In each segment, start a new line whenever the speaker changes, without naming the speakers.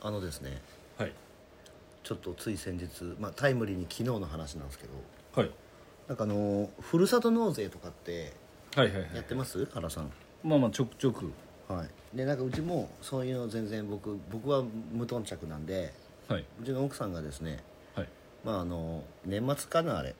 あのですね
はい
ちょっとつい先日、まあ、タイムリーに昨日の話なんですけど
はい
なんかあのふるさと納税とかって
はいはいはい
やってます、原さん
まあまあちょくちょく
はいでなんかうちもそういうの全然僕僕は無頓着なんで
はいう
ちの奥さんがですね
はい
まああの年末かなあれ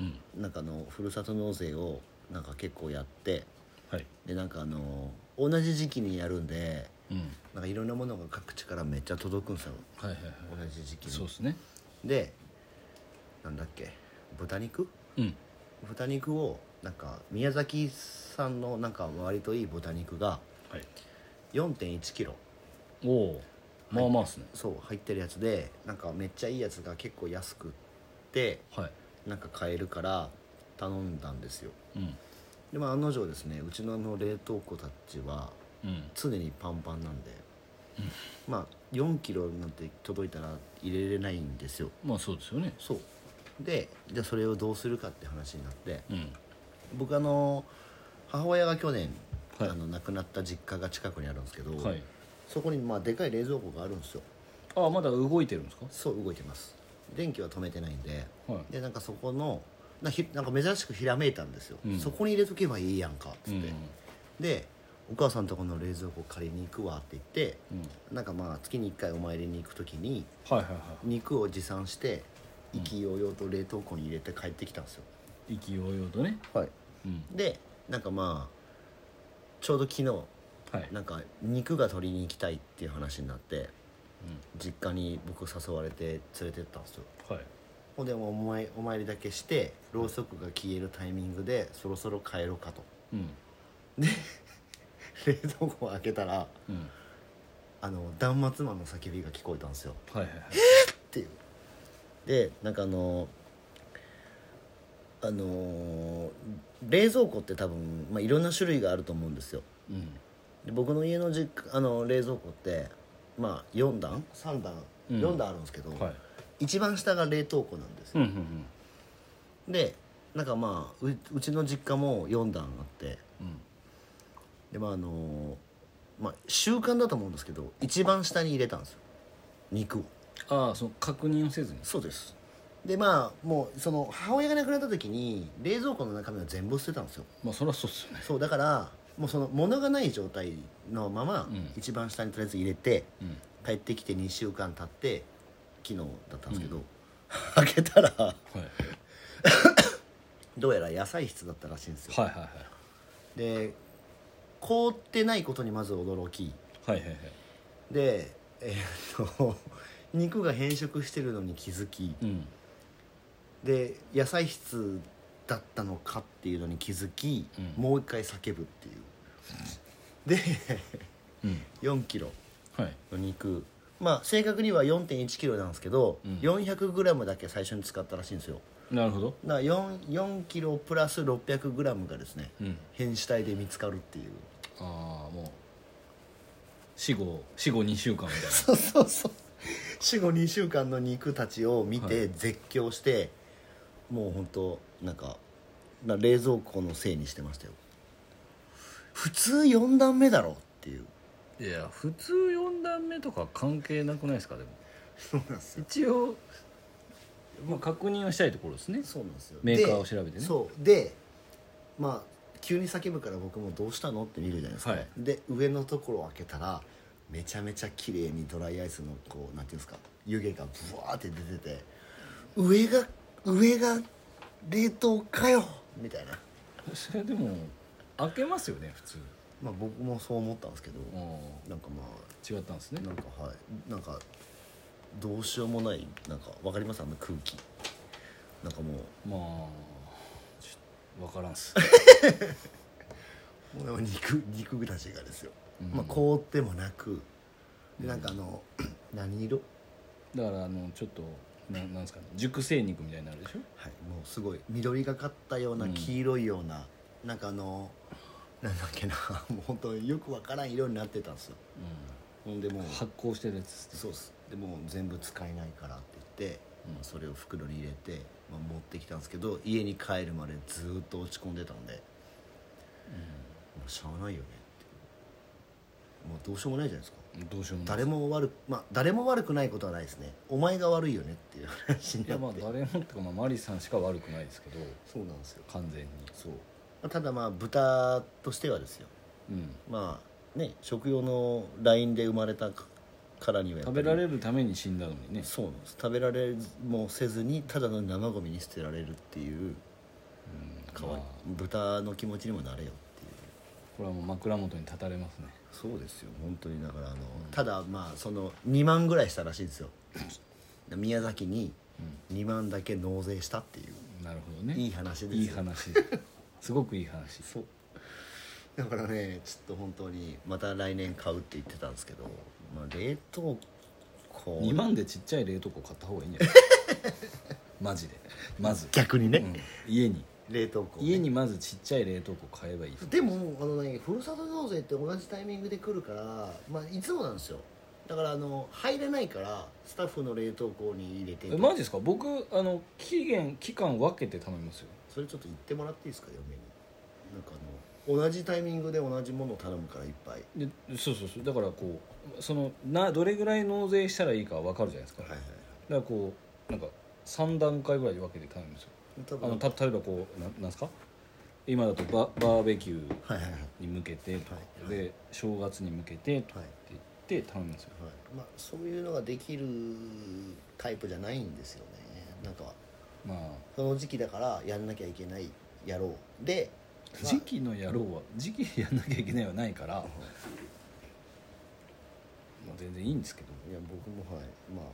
うん
なんかあのふるさと納税をなんか結構やって
はい
でなんかあの同じ時期にやるんで
うん
なんかいろんなものが各地からめっちゃ届くんですよ
はいはいはい
同じ時期
そう
に
ですね
でなんだっけ豚肉
うん
豚肉をなんか宮崎産のなんか割といい豚肉が
はい
4 1キロ
おおまあまあですね
そう入ってるやつでなんかめっちゃいいやつが結構安くって
はい
なんか買えるから頼んだんですよ
うん
でも案の定ですねうちのあの冷凍庫たちは
うん
常にパンパンなんで、まあ4キロなんて届いたら入れれないんですよ
まあそうですよね
そうでじゃあそれをどうするかって話になって
うん
僕あの母親が去年、
はい
あの亡くなった実家が近くにあるんですけど、
はい
そこにまあでかい冷蔵庫があるんですよ
ああまだ動いてるんですか
そう動いてます電気は止めてないんで、
はい
でなんかそこのなひなんか珍しくひらめいたんですよ、
うん
そこに入れとけばいいやんかっつ
う
っ
ん
て、でお母さんとこの冷蔵庫借りに行くわって言って、なんかまあ月に1回お参りに行く時に
はいはいは
肉を持参して意気揚々と冷凍庫に入れて帰ってきたんですよ、
い意気揚々とね
はい
うん
でなんかまあちょうど昨日
はい
なんか肉が取りに行きたいっていう話になって実家に僕誘われて連れてったんですよ
うんはい
ほんでもうお参お参りだけしてろうそくが消えるタイミングでそろそろ帰ろうかと
うん
冷蔵庫を開けたら
うん
あの断末魔の叫びが聞こえたんですよ
はいはいはい
っていうでなんかあのあの冷蔵庫って多分、まあ、いろんな種類があると思うんですよ
うん
で僕の家の実家あの冷蔵庫ってまあ4段3段
うん
4段あるんですけど、
はい
一番下が冷凍庫なんですよ
うんうん
でなんかまあううちの実家も4段あって
うん
でまああのまあ習慣だと思うんですけど一番下に入れたんですよ肉を
ああその確認をせずに
そうですでまあもうその母親が亡くなった時に冷蔵庫の中身を全部捨てたんですよ
まあそりゃそうっすよね
そうだからもうその物がない状態のまま、
うん
一番下にとりあえず入れて、
うん
帰ってきて2週間経って昨日だったんですけど、開けたら
はい
どうやら野菜室だったらしいんですよ
はいはい
で凍ってないことにまず驚き
はいはいはいはい
でえーっと 肉が変色してるのに気づき
うん
で野菜室だったのかっていうのに気づき、
うん
もう一回叫ぶっていうで
うん
4キロ
はい
の肉まあ正確には4 1キロなんですけど、
うん
400グラムだけ最初に使ったらしいんですよ
なるほど
だから 4, 4キロプラス600グラムがですね、
うん
変死体で見つかるっていう
ああもう死後死後2週間みたい
そうそうそう死後2週間の肉たちを見て絶叫して、もう本当なんかな冷蔵庫のせいにしてましたよ普通4段目だろっていう
ないや普通4段目とか関係なくないですかでも
そうなんです
一応、まあ、確認はしたいところですね
そうなんですよ
メーカーを調べてね
でそうでまあ急に叫ぶから僕も「どうしたの?」って見るじゃないですか、
はい
で上のところを開けたらめちゃめちゃ綺麗にドライアイスのこうなんていうんですか湯気がブワーって出てて上が上が冷凍かよみたいな、
それでも開けますよね普通
まあ、僕もそう思ったんですけど
あ
なんかま
あ違ったんですね
あなんかはいなんかどうしようもないなんかわかりますあの空気なんかもう
まあちょっと分からんっす
もう肉肉たちがですよ、
うん
まあ、凍ってもなくでなんかあの何色
だからあのちょっとななんですかね熟成肉みたいになるでしょ
はいもうすごい緑がかったような
うん
黄色いような、なんかあのなんだっけな もう本当によくわからん色になってたんですよほんでもう
うん発酵してるやつっすね
そうっすでもう全部使えないからって言って、
うん
まあそれを袋に入れて、まあ、持ってきたんですけど家に帰るまでずーっと落ち込んでたんで、もうしゃあないよねってもうどうしようもないじゃないですか
どうしようもない
誰も悪くまあ誰も悪くないことはないですねお前が悪いよねっていう話に
い
な
や
って、
まあ誰もってかまあマリさんしか悪くないですけど
そうなんですよ
完全に
そうまあただまあ豚としてはですよ
うん
まあね食用のラインで生まれたからにはやっ
食
ぱ
べ
り
られるために死んだのにね
そうなんです食べられもせずにただの生ゴミに捨てられるっていうかわいい
まあ
豚の気持ちにもなれよっていう
これはもう枕元に立たれますね
そうですよ本当にだからあの、ただまあその2万ぐらいしたらしいんですよ宮崎に2万だけ納税したっていう
なるほどね
いい話ですよ
いい 話すごくいい話
そうだからねちょっと本当にまた来年買うって言ってたんですけど、まあ、冷凍庫
2万でちっちゃい冷凍庫買った方がいいんじ ゃないマジでまず、
逆にね、
うん家に
冷凍庫ね、
家にまずちっちゃい冷凍庫買えばいいです
でもあの、ね、ふるさと納税って同じタイミングで来るから、まあ、いつもなんですよだからあの入れないからスタッフの冷凍庫に入れて
えマジですか僕あの期限期間分けて頼みますよ
それちょっと言ってもらっていいですか嫁になんかあの同じタイミングで同じものを頼むからいっぱい
でそうそうそうだからこうそのなどれぐらい納税したらいいか分かるじゃないですか、
はい
だからこうなんか3段階ぐらいに分けて頼むんですよ
多
あ
分
のた例えばこうななんですか今だとババーベキュー
はいはいはい
に向けてとか、
はい
で正月に向けてとか
はい
って言って頼むんですよ
はいまあ、そういうのができるタイプじゃないんですよねなんか
まあ
その時期だからやんなきゃいけないやろうで、まあ
時期のやろうは時期でやんなきゃいけないはないから、まあ、全然いいんですけど
いや僕もはいまあ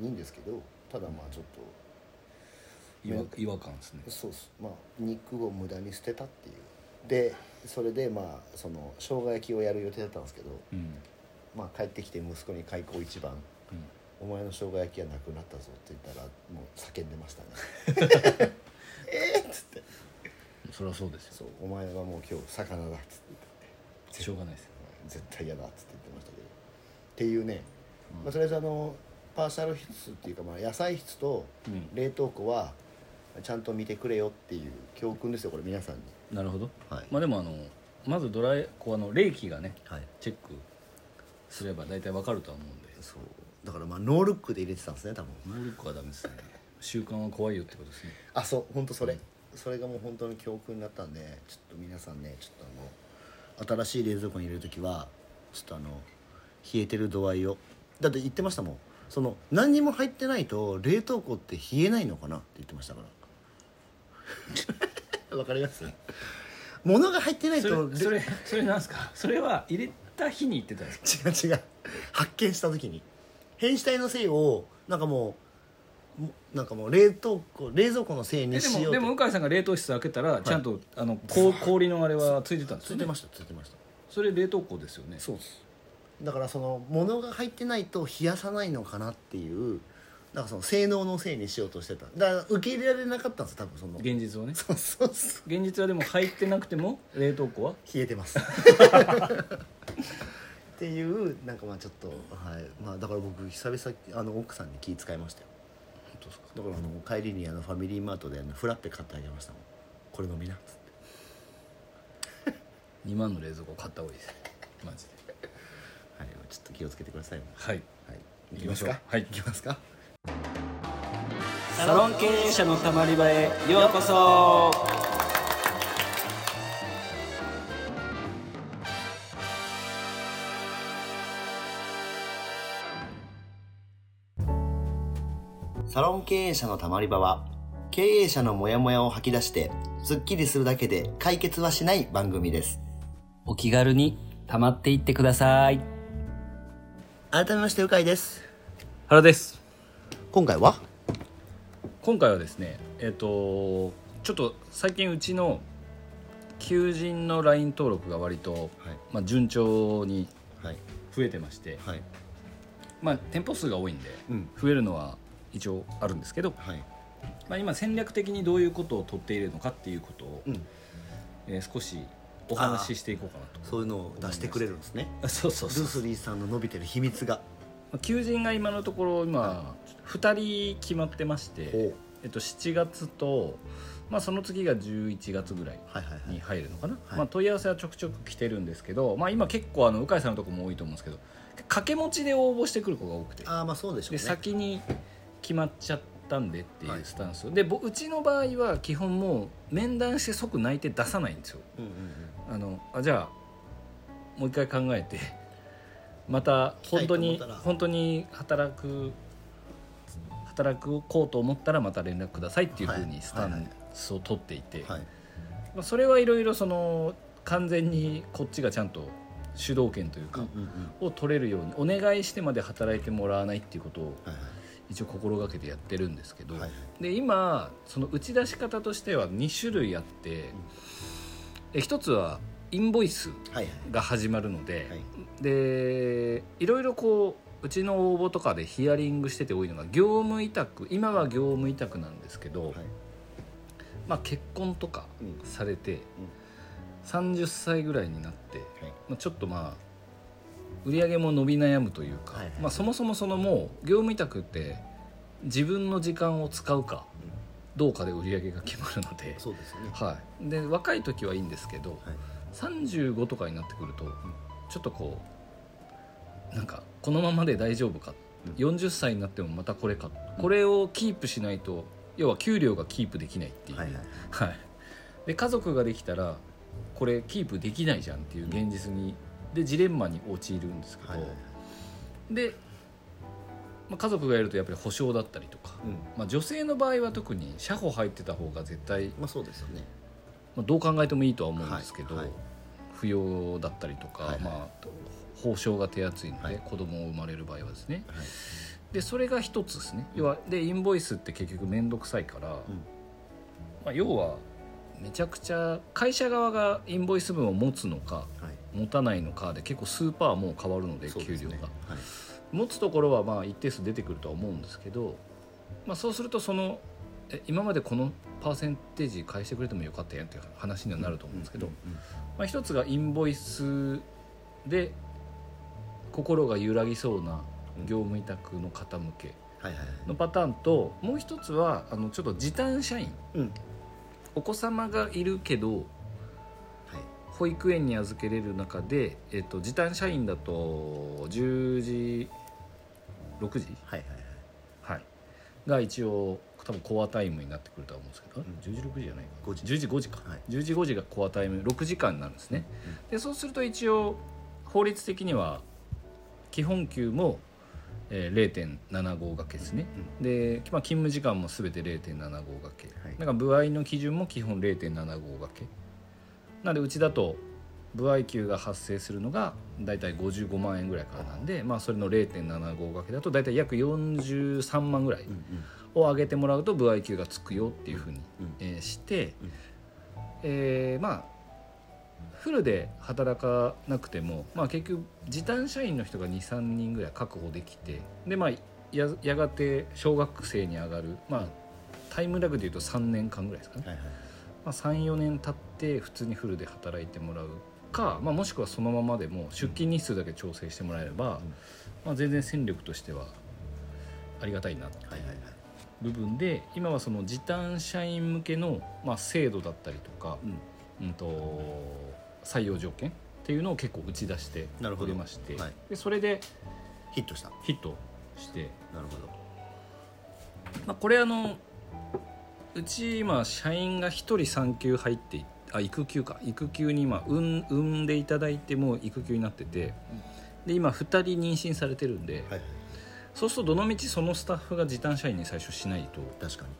いいんですけどただまあちょっと、
違和違和感ですね
そうっすまあ肉を無駄に捨てたっていうでそれでまあその生姜焼きをやる予定だったんですけど、
うん、
まあ、帰ってきて息子に開口一番
うん
「お前の生姜焼きはなくなったぞ」って言ったらもう叫んでましたね えっつって
そりゃそうですよ
そう「お前はもう今日魚だ」っつって言って
しょうがないです
絶対嫌だっつって言ってましたけどっていうね、まあ、とりあえずあのパーシャル室っていうかまあ野菜室と
うん
冷凍庫はちゃんと見てくれよっていう教訓ですよこれ皆さんに
なるほど、
はい
まあでもあのまずドライこうあの冷気がね
はい
チェックすれば大体わかるとは思うんで
そうだからまあノールックで入れてたんですね多分
能力はダメですね習慣は怖いよってことですね
あそう本当それ、それがもう本当に教訓になったんでちょっと皆さんねちょっとあの新しい冷蔵庫に入れる時はちょっとあの冷えてる度合いをだって言ってましたもんその何にも入ってないと冷凍庫って冷えないのかなって言ってましたから わかります物が入ってない
そ
と
れそれそれなんですかそれは入れた日に言ってたんですか
違う違う発見した時に変死体のせいをなんかもうもなんかもう冷凍庫冷蔵庫のせい
え
に
で
しよ
も
う
でも向井さんが冷凍室開けたらちゃんと、あのこう氷のあれはついてたんです
つ
よ
いて
ね
ましたついてました
それ冷凍庫ですよね
そうですだからその物が入ってないと冷やさないのかなっていうなんかその性能のせいにしようとしてただから受け入れられなかったんです多分その
現実をね
そうそうそう
現実はでも入ってなくても冷凍庫は
冷えてますっていうなんかまあちょっとはいまあだから僕久々あの奥さんに気遣いましたよ
本当ですか
だからあの帰りにあのファミリーマートであのフラッペ買ってあげましたもんこれ飲みなっつって
2万の冷蔵庫買った方がいいですマジで
はいちょっと気をつけてくださいもう
はい
はい
行
行
き
き
ま
ま
し
す
ょう
か
はい
行きますか
サロン経営者のたまり場へようこそ
サロン経営者のたまり場は経営者のモヤモヤを吐き出してスッキリするだけで解決はしない番組です
お気軽にたまっていってください
改めましてうかいです
原です
今回は
今回はですねえっ、とちょっと最近うちの求人の LINE 登録が割と、
はい
まあ、順調に
はい
増えてまして、
はい
まあ、店舗数が多いんで、
うん
増えるのは一応あるんですけど、
はい
まあ、今戦略的にどういうことを取っているのかっていうことを、
うん
えー少しお話ししていこうかなと
そういうのを出してくれるんですね
あそうそ
ル
うそう
ースリーさんの伸びてる秘密が
まあ求人が今のところ今2人決まってまして
お
えっと、7月と、まあ、その次が11月ぐらい
はいはいはい
に入るのかな、
はい
まあ、問い合わせはちょくちょく来てるんですけど、まあ、今結構あの鵜飼さんのとこも多いと思うんですけど掛け持ちで応募してくる子が多くて
ああまあそうでしょう
で
ね
先に決まっちゃったんでってい
はいう
スタンス、でぼうちの場合は基本もう面談して即内定出さないんですよ
うんうん
あのあじゃあもう一回考えて また本当
来
に
たいと思ったら
本当に働く働くこうと思ったらまた連絡くださいっていうふう
はい
にスタ
はいはい
ンスを取っていて、
うんはい
まあ、それはいろいろその完全にこっちがちゃんと主導権という
うん
か、
うんうん
を取れるようにお願いしてまで働いてもらわないっていうことを
はい
一応心がけてやってるんですけど、
はいはい
で今その打ち出し方としては2種類あって、え一つはインボイス
はいはい
が始まるので、
はい
い、でいろいろこううちの応募とかでヒアリングしてて多いのが業務委託今は業務委託なんですけど、
はい
まあ、結婚とか
うん
されて、30歳ぐらいになって、
はい
まあ、ちょっとまあ売り上げも伸び悩むというか、
はいはい
まあ、そもそもそのもう業務委託って自分の時間を使うか
うん
どうかで売り上げが決まるので,、
そうですよね
はい、で若い時はいいんですけど、
はい
35とかになってくるとちょっとこうなんかこのままで大丈夫か、
うん
40歳になってもまたこれか、これをキープしないと要は給料がキープできないっていう、
はいはい
はい、で家族ができたらこれキープできないじゃんっていう現実に、でジレンマに陥るんですけど、
はいはいはい
で、まあ、家族がいるとやっぱり保証だったりとか、
うん
まあ、女性の場合は特に社保入ってた方が絶対、
まあそうですよね
まあ、どう考えてもいいとは思うんですけど、
はいはい
扶養だったりとか、
はいはい
まあ、報奨が手厚いので、
はい
子供を生まれる場合はですね
はい
でそれが一つですね要はでインボイスって結局面倒くさいから、
うん
まあ、要はめちゃくちゃ会社側がインボイス分を持つのか
はい
持たないのかで結構数パーもう変わるので
そう
給
です
料
ね
が、
はい
持つところはまあ一定数出てくるとは思うんですけど、まあ、そうするとそのえ今までこのパーセンテージ返してくれてもよかったやんっていう話にはなると思うんですけど、
うん
まあ、一つがインボイスで心が揺らぎそうな業務委託の方向け
はいはいはい
のパターンともう一つはあのちょっと時短社員
うんはい
お子様がいるけど保育園に預けれる中で、えっと時短社員だと10時6時、
はいはい
はい、が一応多分コアタイムになってくるとは思うんですけど、
ん
10時6時じゃないか
5時
10時5時か、
はい
10時5時がコアタイム6時間になるんですね、でそうすると一応法律的には基本給も、えー、0.75掛けですね、で、まあ、勤務時間も全て0.75掛け、
はい
なんか部合の基準も基本0.75掛けなのでうちだと部合給が発生するのがだいたい55万円ぐらいからなんで、まあ、それの0.75掛けだとだいたい約43万ぐらい
うんうん
を上げてもらうと部合給がつくよっていうふうに、
うん
えーして、
うん
えーまあフルで働かなくても、まあ、結局時短社員の人が23人ぐらい確保できてで、まあ、ややがて小学生に上がる、まあ、タイムラグでいうと3年間ぐらいですかね、
はいはい
まあ、34年経って普通にフルで働いてもらうか、まあ、もしくはそのままでも出勤日数だけ調整してもらえれば、
うん
まあ、全然戦力としてはありがたいなと。
はいはいはい
部分で今はその時短社員向けの、まあ、制度だったりとか、
うん
うん、と採用条件っていうのを結構打ち出して
なるほ
く
ど
れまして、
はい
でそれで
ヒットした
ヒットして、
なるほど
まあ、これあのうち今社員が1人産休入っていあ育休か育休に今産ん産んでいただいてもう育休になっててで今2人妊娠されてるん
は
で、
いはい
そうするとどのみちそのスタッフが時短社員に最初しないと。
確かに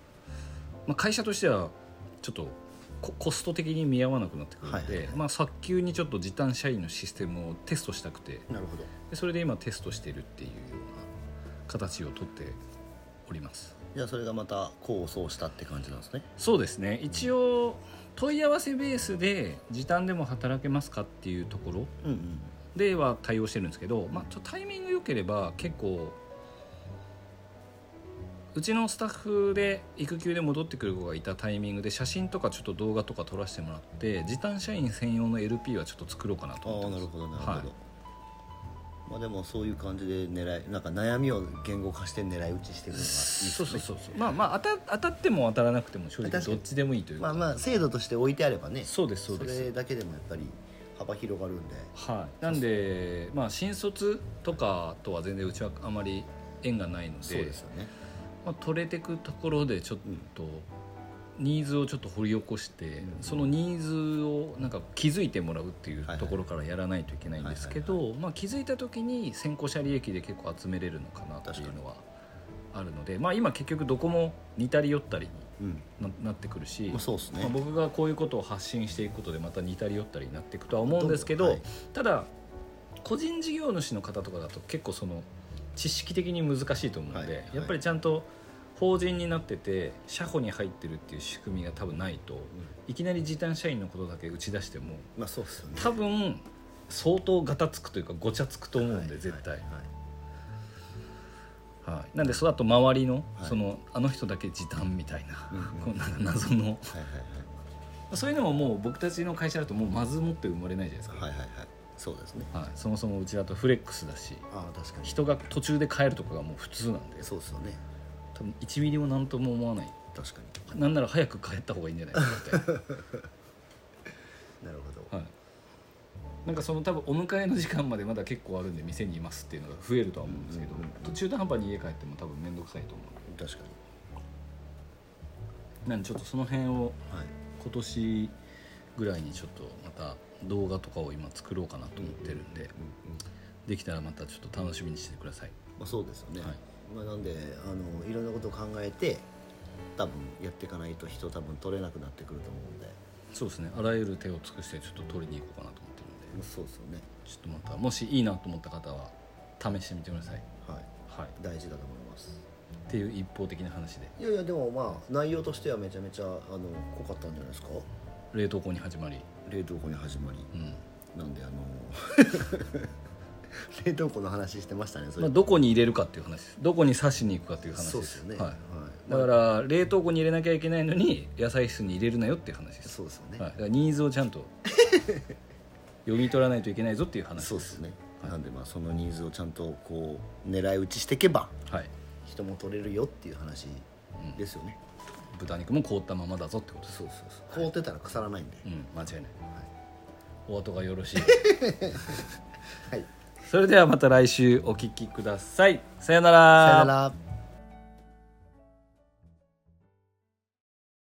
まあ、会社としてはちょっとココスト的に見合わなくなってくるので、
はい
まあ、早急にちょっと時短社員のシステムをテストしたくて
なるほど
でそれで今テストしてるっていうような形をとっております
じゃあそれがまた功を奏したって感じなんですね
そうですね一応問い合わせベースで時短でも働けますかっていうところ
うんうん
では対応してるんですけど、まあ、ちょっとタイミング良ければ結構うちのスタッフで育休で戻ってくる子がいたタイミングで写真とかちょっと動画とか撮らせてもらって時短社員専用の LP はちょっと作ろうかなと
ああ
思って
な
ま
る
す
ほどなるほど、
はい
ままあ、でもそういう感じで狙いなんか悩みを言語化して狙い撃ちしていくのがいいですね
そうそうそうそうまあまあ当た当たっても当たらなくても正直
確か
ど
に
っちでもいいという
ま
か、
あまあ制度として置いてあればね
そうですそうです
それだけでもやっぱり幅広がるんで
はい、なんでまあ新卒とかとは全然うちはあまり縁がないので
よね
まあ、取れてくところでちょっと、ニーズをちょっと掘り起こして、そのニーズをなんか気づいてもらうっていう
はいはい
ところからやらないといけないんですけど、まあ、気づいた時に先行者利益で結構集めれるのかなっていうのはあるので、まあ、今結局どこも似たり寄ったり
うん
にななってくるし、
まあそうですね
まあ、僕がこういうことを発信していくことでまた似たり寄ったりになっていくとは思うんですけど、
どんどんはい
ただ個人事業主の方とかだと結構その知識的に難しいと思うので、
はいはい
やっぱりちゃんと法人になってて社保に入ってるっていう仕組みが多分ないといきなり時短社員のことだけ打ち出しても
まあそうですよね
多分相当ガタつくというかごちゃつくと思うんで、
はい
絶対。
はい
はい、なんでそうだと周りの,、
はい
そのあの人だけ時短みたいな,、
うんうん
こうなんか謎の
はい
そういうのももう僕たちの会社だともうまずもって生まれないじゃないですか、
はいはいはいはいはいそうですね
はい、そもそもうちだとフレックスだし
ああ確かに
人が途中で帰るとかがもう普通なんで
そうですよね
多分1ミリも何とも思わない
確か
なんなら早く帰った方がいいんじゃないですかみたい
になるほど
な、はい、なんかその多分お迎えの時間までまだ結構あるんで店にいますっていうのが増えるとは思うんですけど、
うんうんうん
途中途半端に家帰っても多分面倒くさいと思
確かに
うなんでちょっとその辺を
はい
今年ぐらいにちょっとまた動画とかを今作ろうかなと思ってるんで、
うんうん
できたらまたちょっと楽しみにしてください
まあそうですよね
はい
まあなんであのいろんなことを考えて多分やっていかないと人多分取れなくなってくると思うんで
そうですねあらゆる手を尽くしてちょっと取りに行こうかなと思ってるんで
まあそうですよね
ちょっとまたもしいいなと思った方は試してみてください、
はい
はい、
大事だと思います
っていう一方的な話で
いやいやでもまあ内容としてはめちゃめちゃあの濃かったんじゃないですか
冷凍庫に始まり、
冷凍庫に始まり
うん
なん であの冷凍庫の話してましたねそれ
まあ、どこに入れるかっていう話ですどこに刺しに行くかっていう話です
そうですよね
はい
はい
だから冷凍庫に入れなきゃいけないのに野菜室に入れるなよっていう話です、
そうですよね、
はい、だからニーズをちゃん と読み取らないといけないぞっていう話
そうですね、
はい
なんでまあそのニーズをちゃんとこう狙い撃ちしていけば
はい、
人も取れるよっていう話ですよね、
豚肉も凍ったままだぞってことです、
そうそうそう凍ってたら腐らないんで、
うん、間違い
は
ない
い
お後がよろしい
はい、
それではまた来週お聞きくださいさよう
さよなら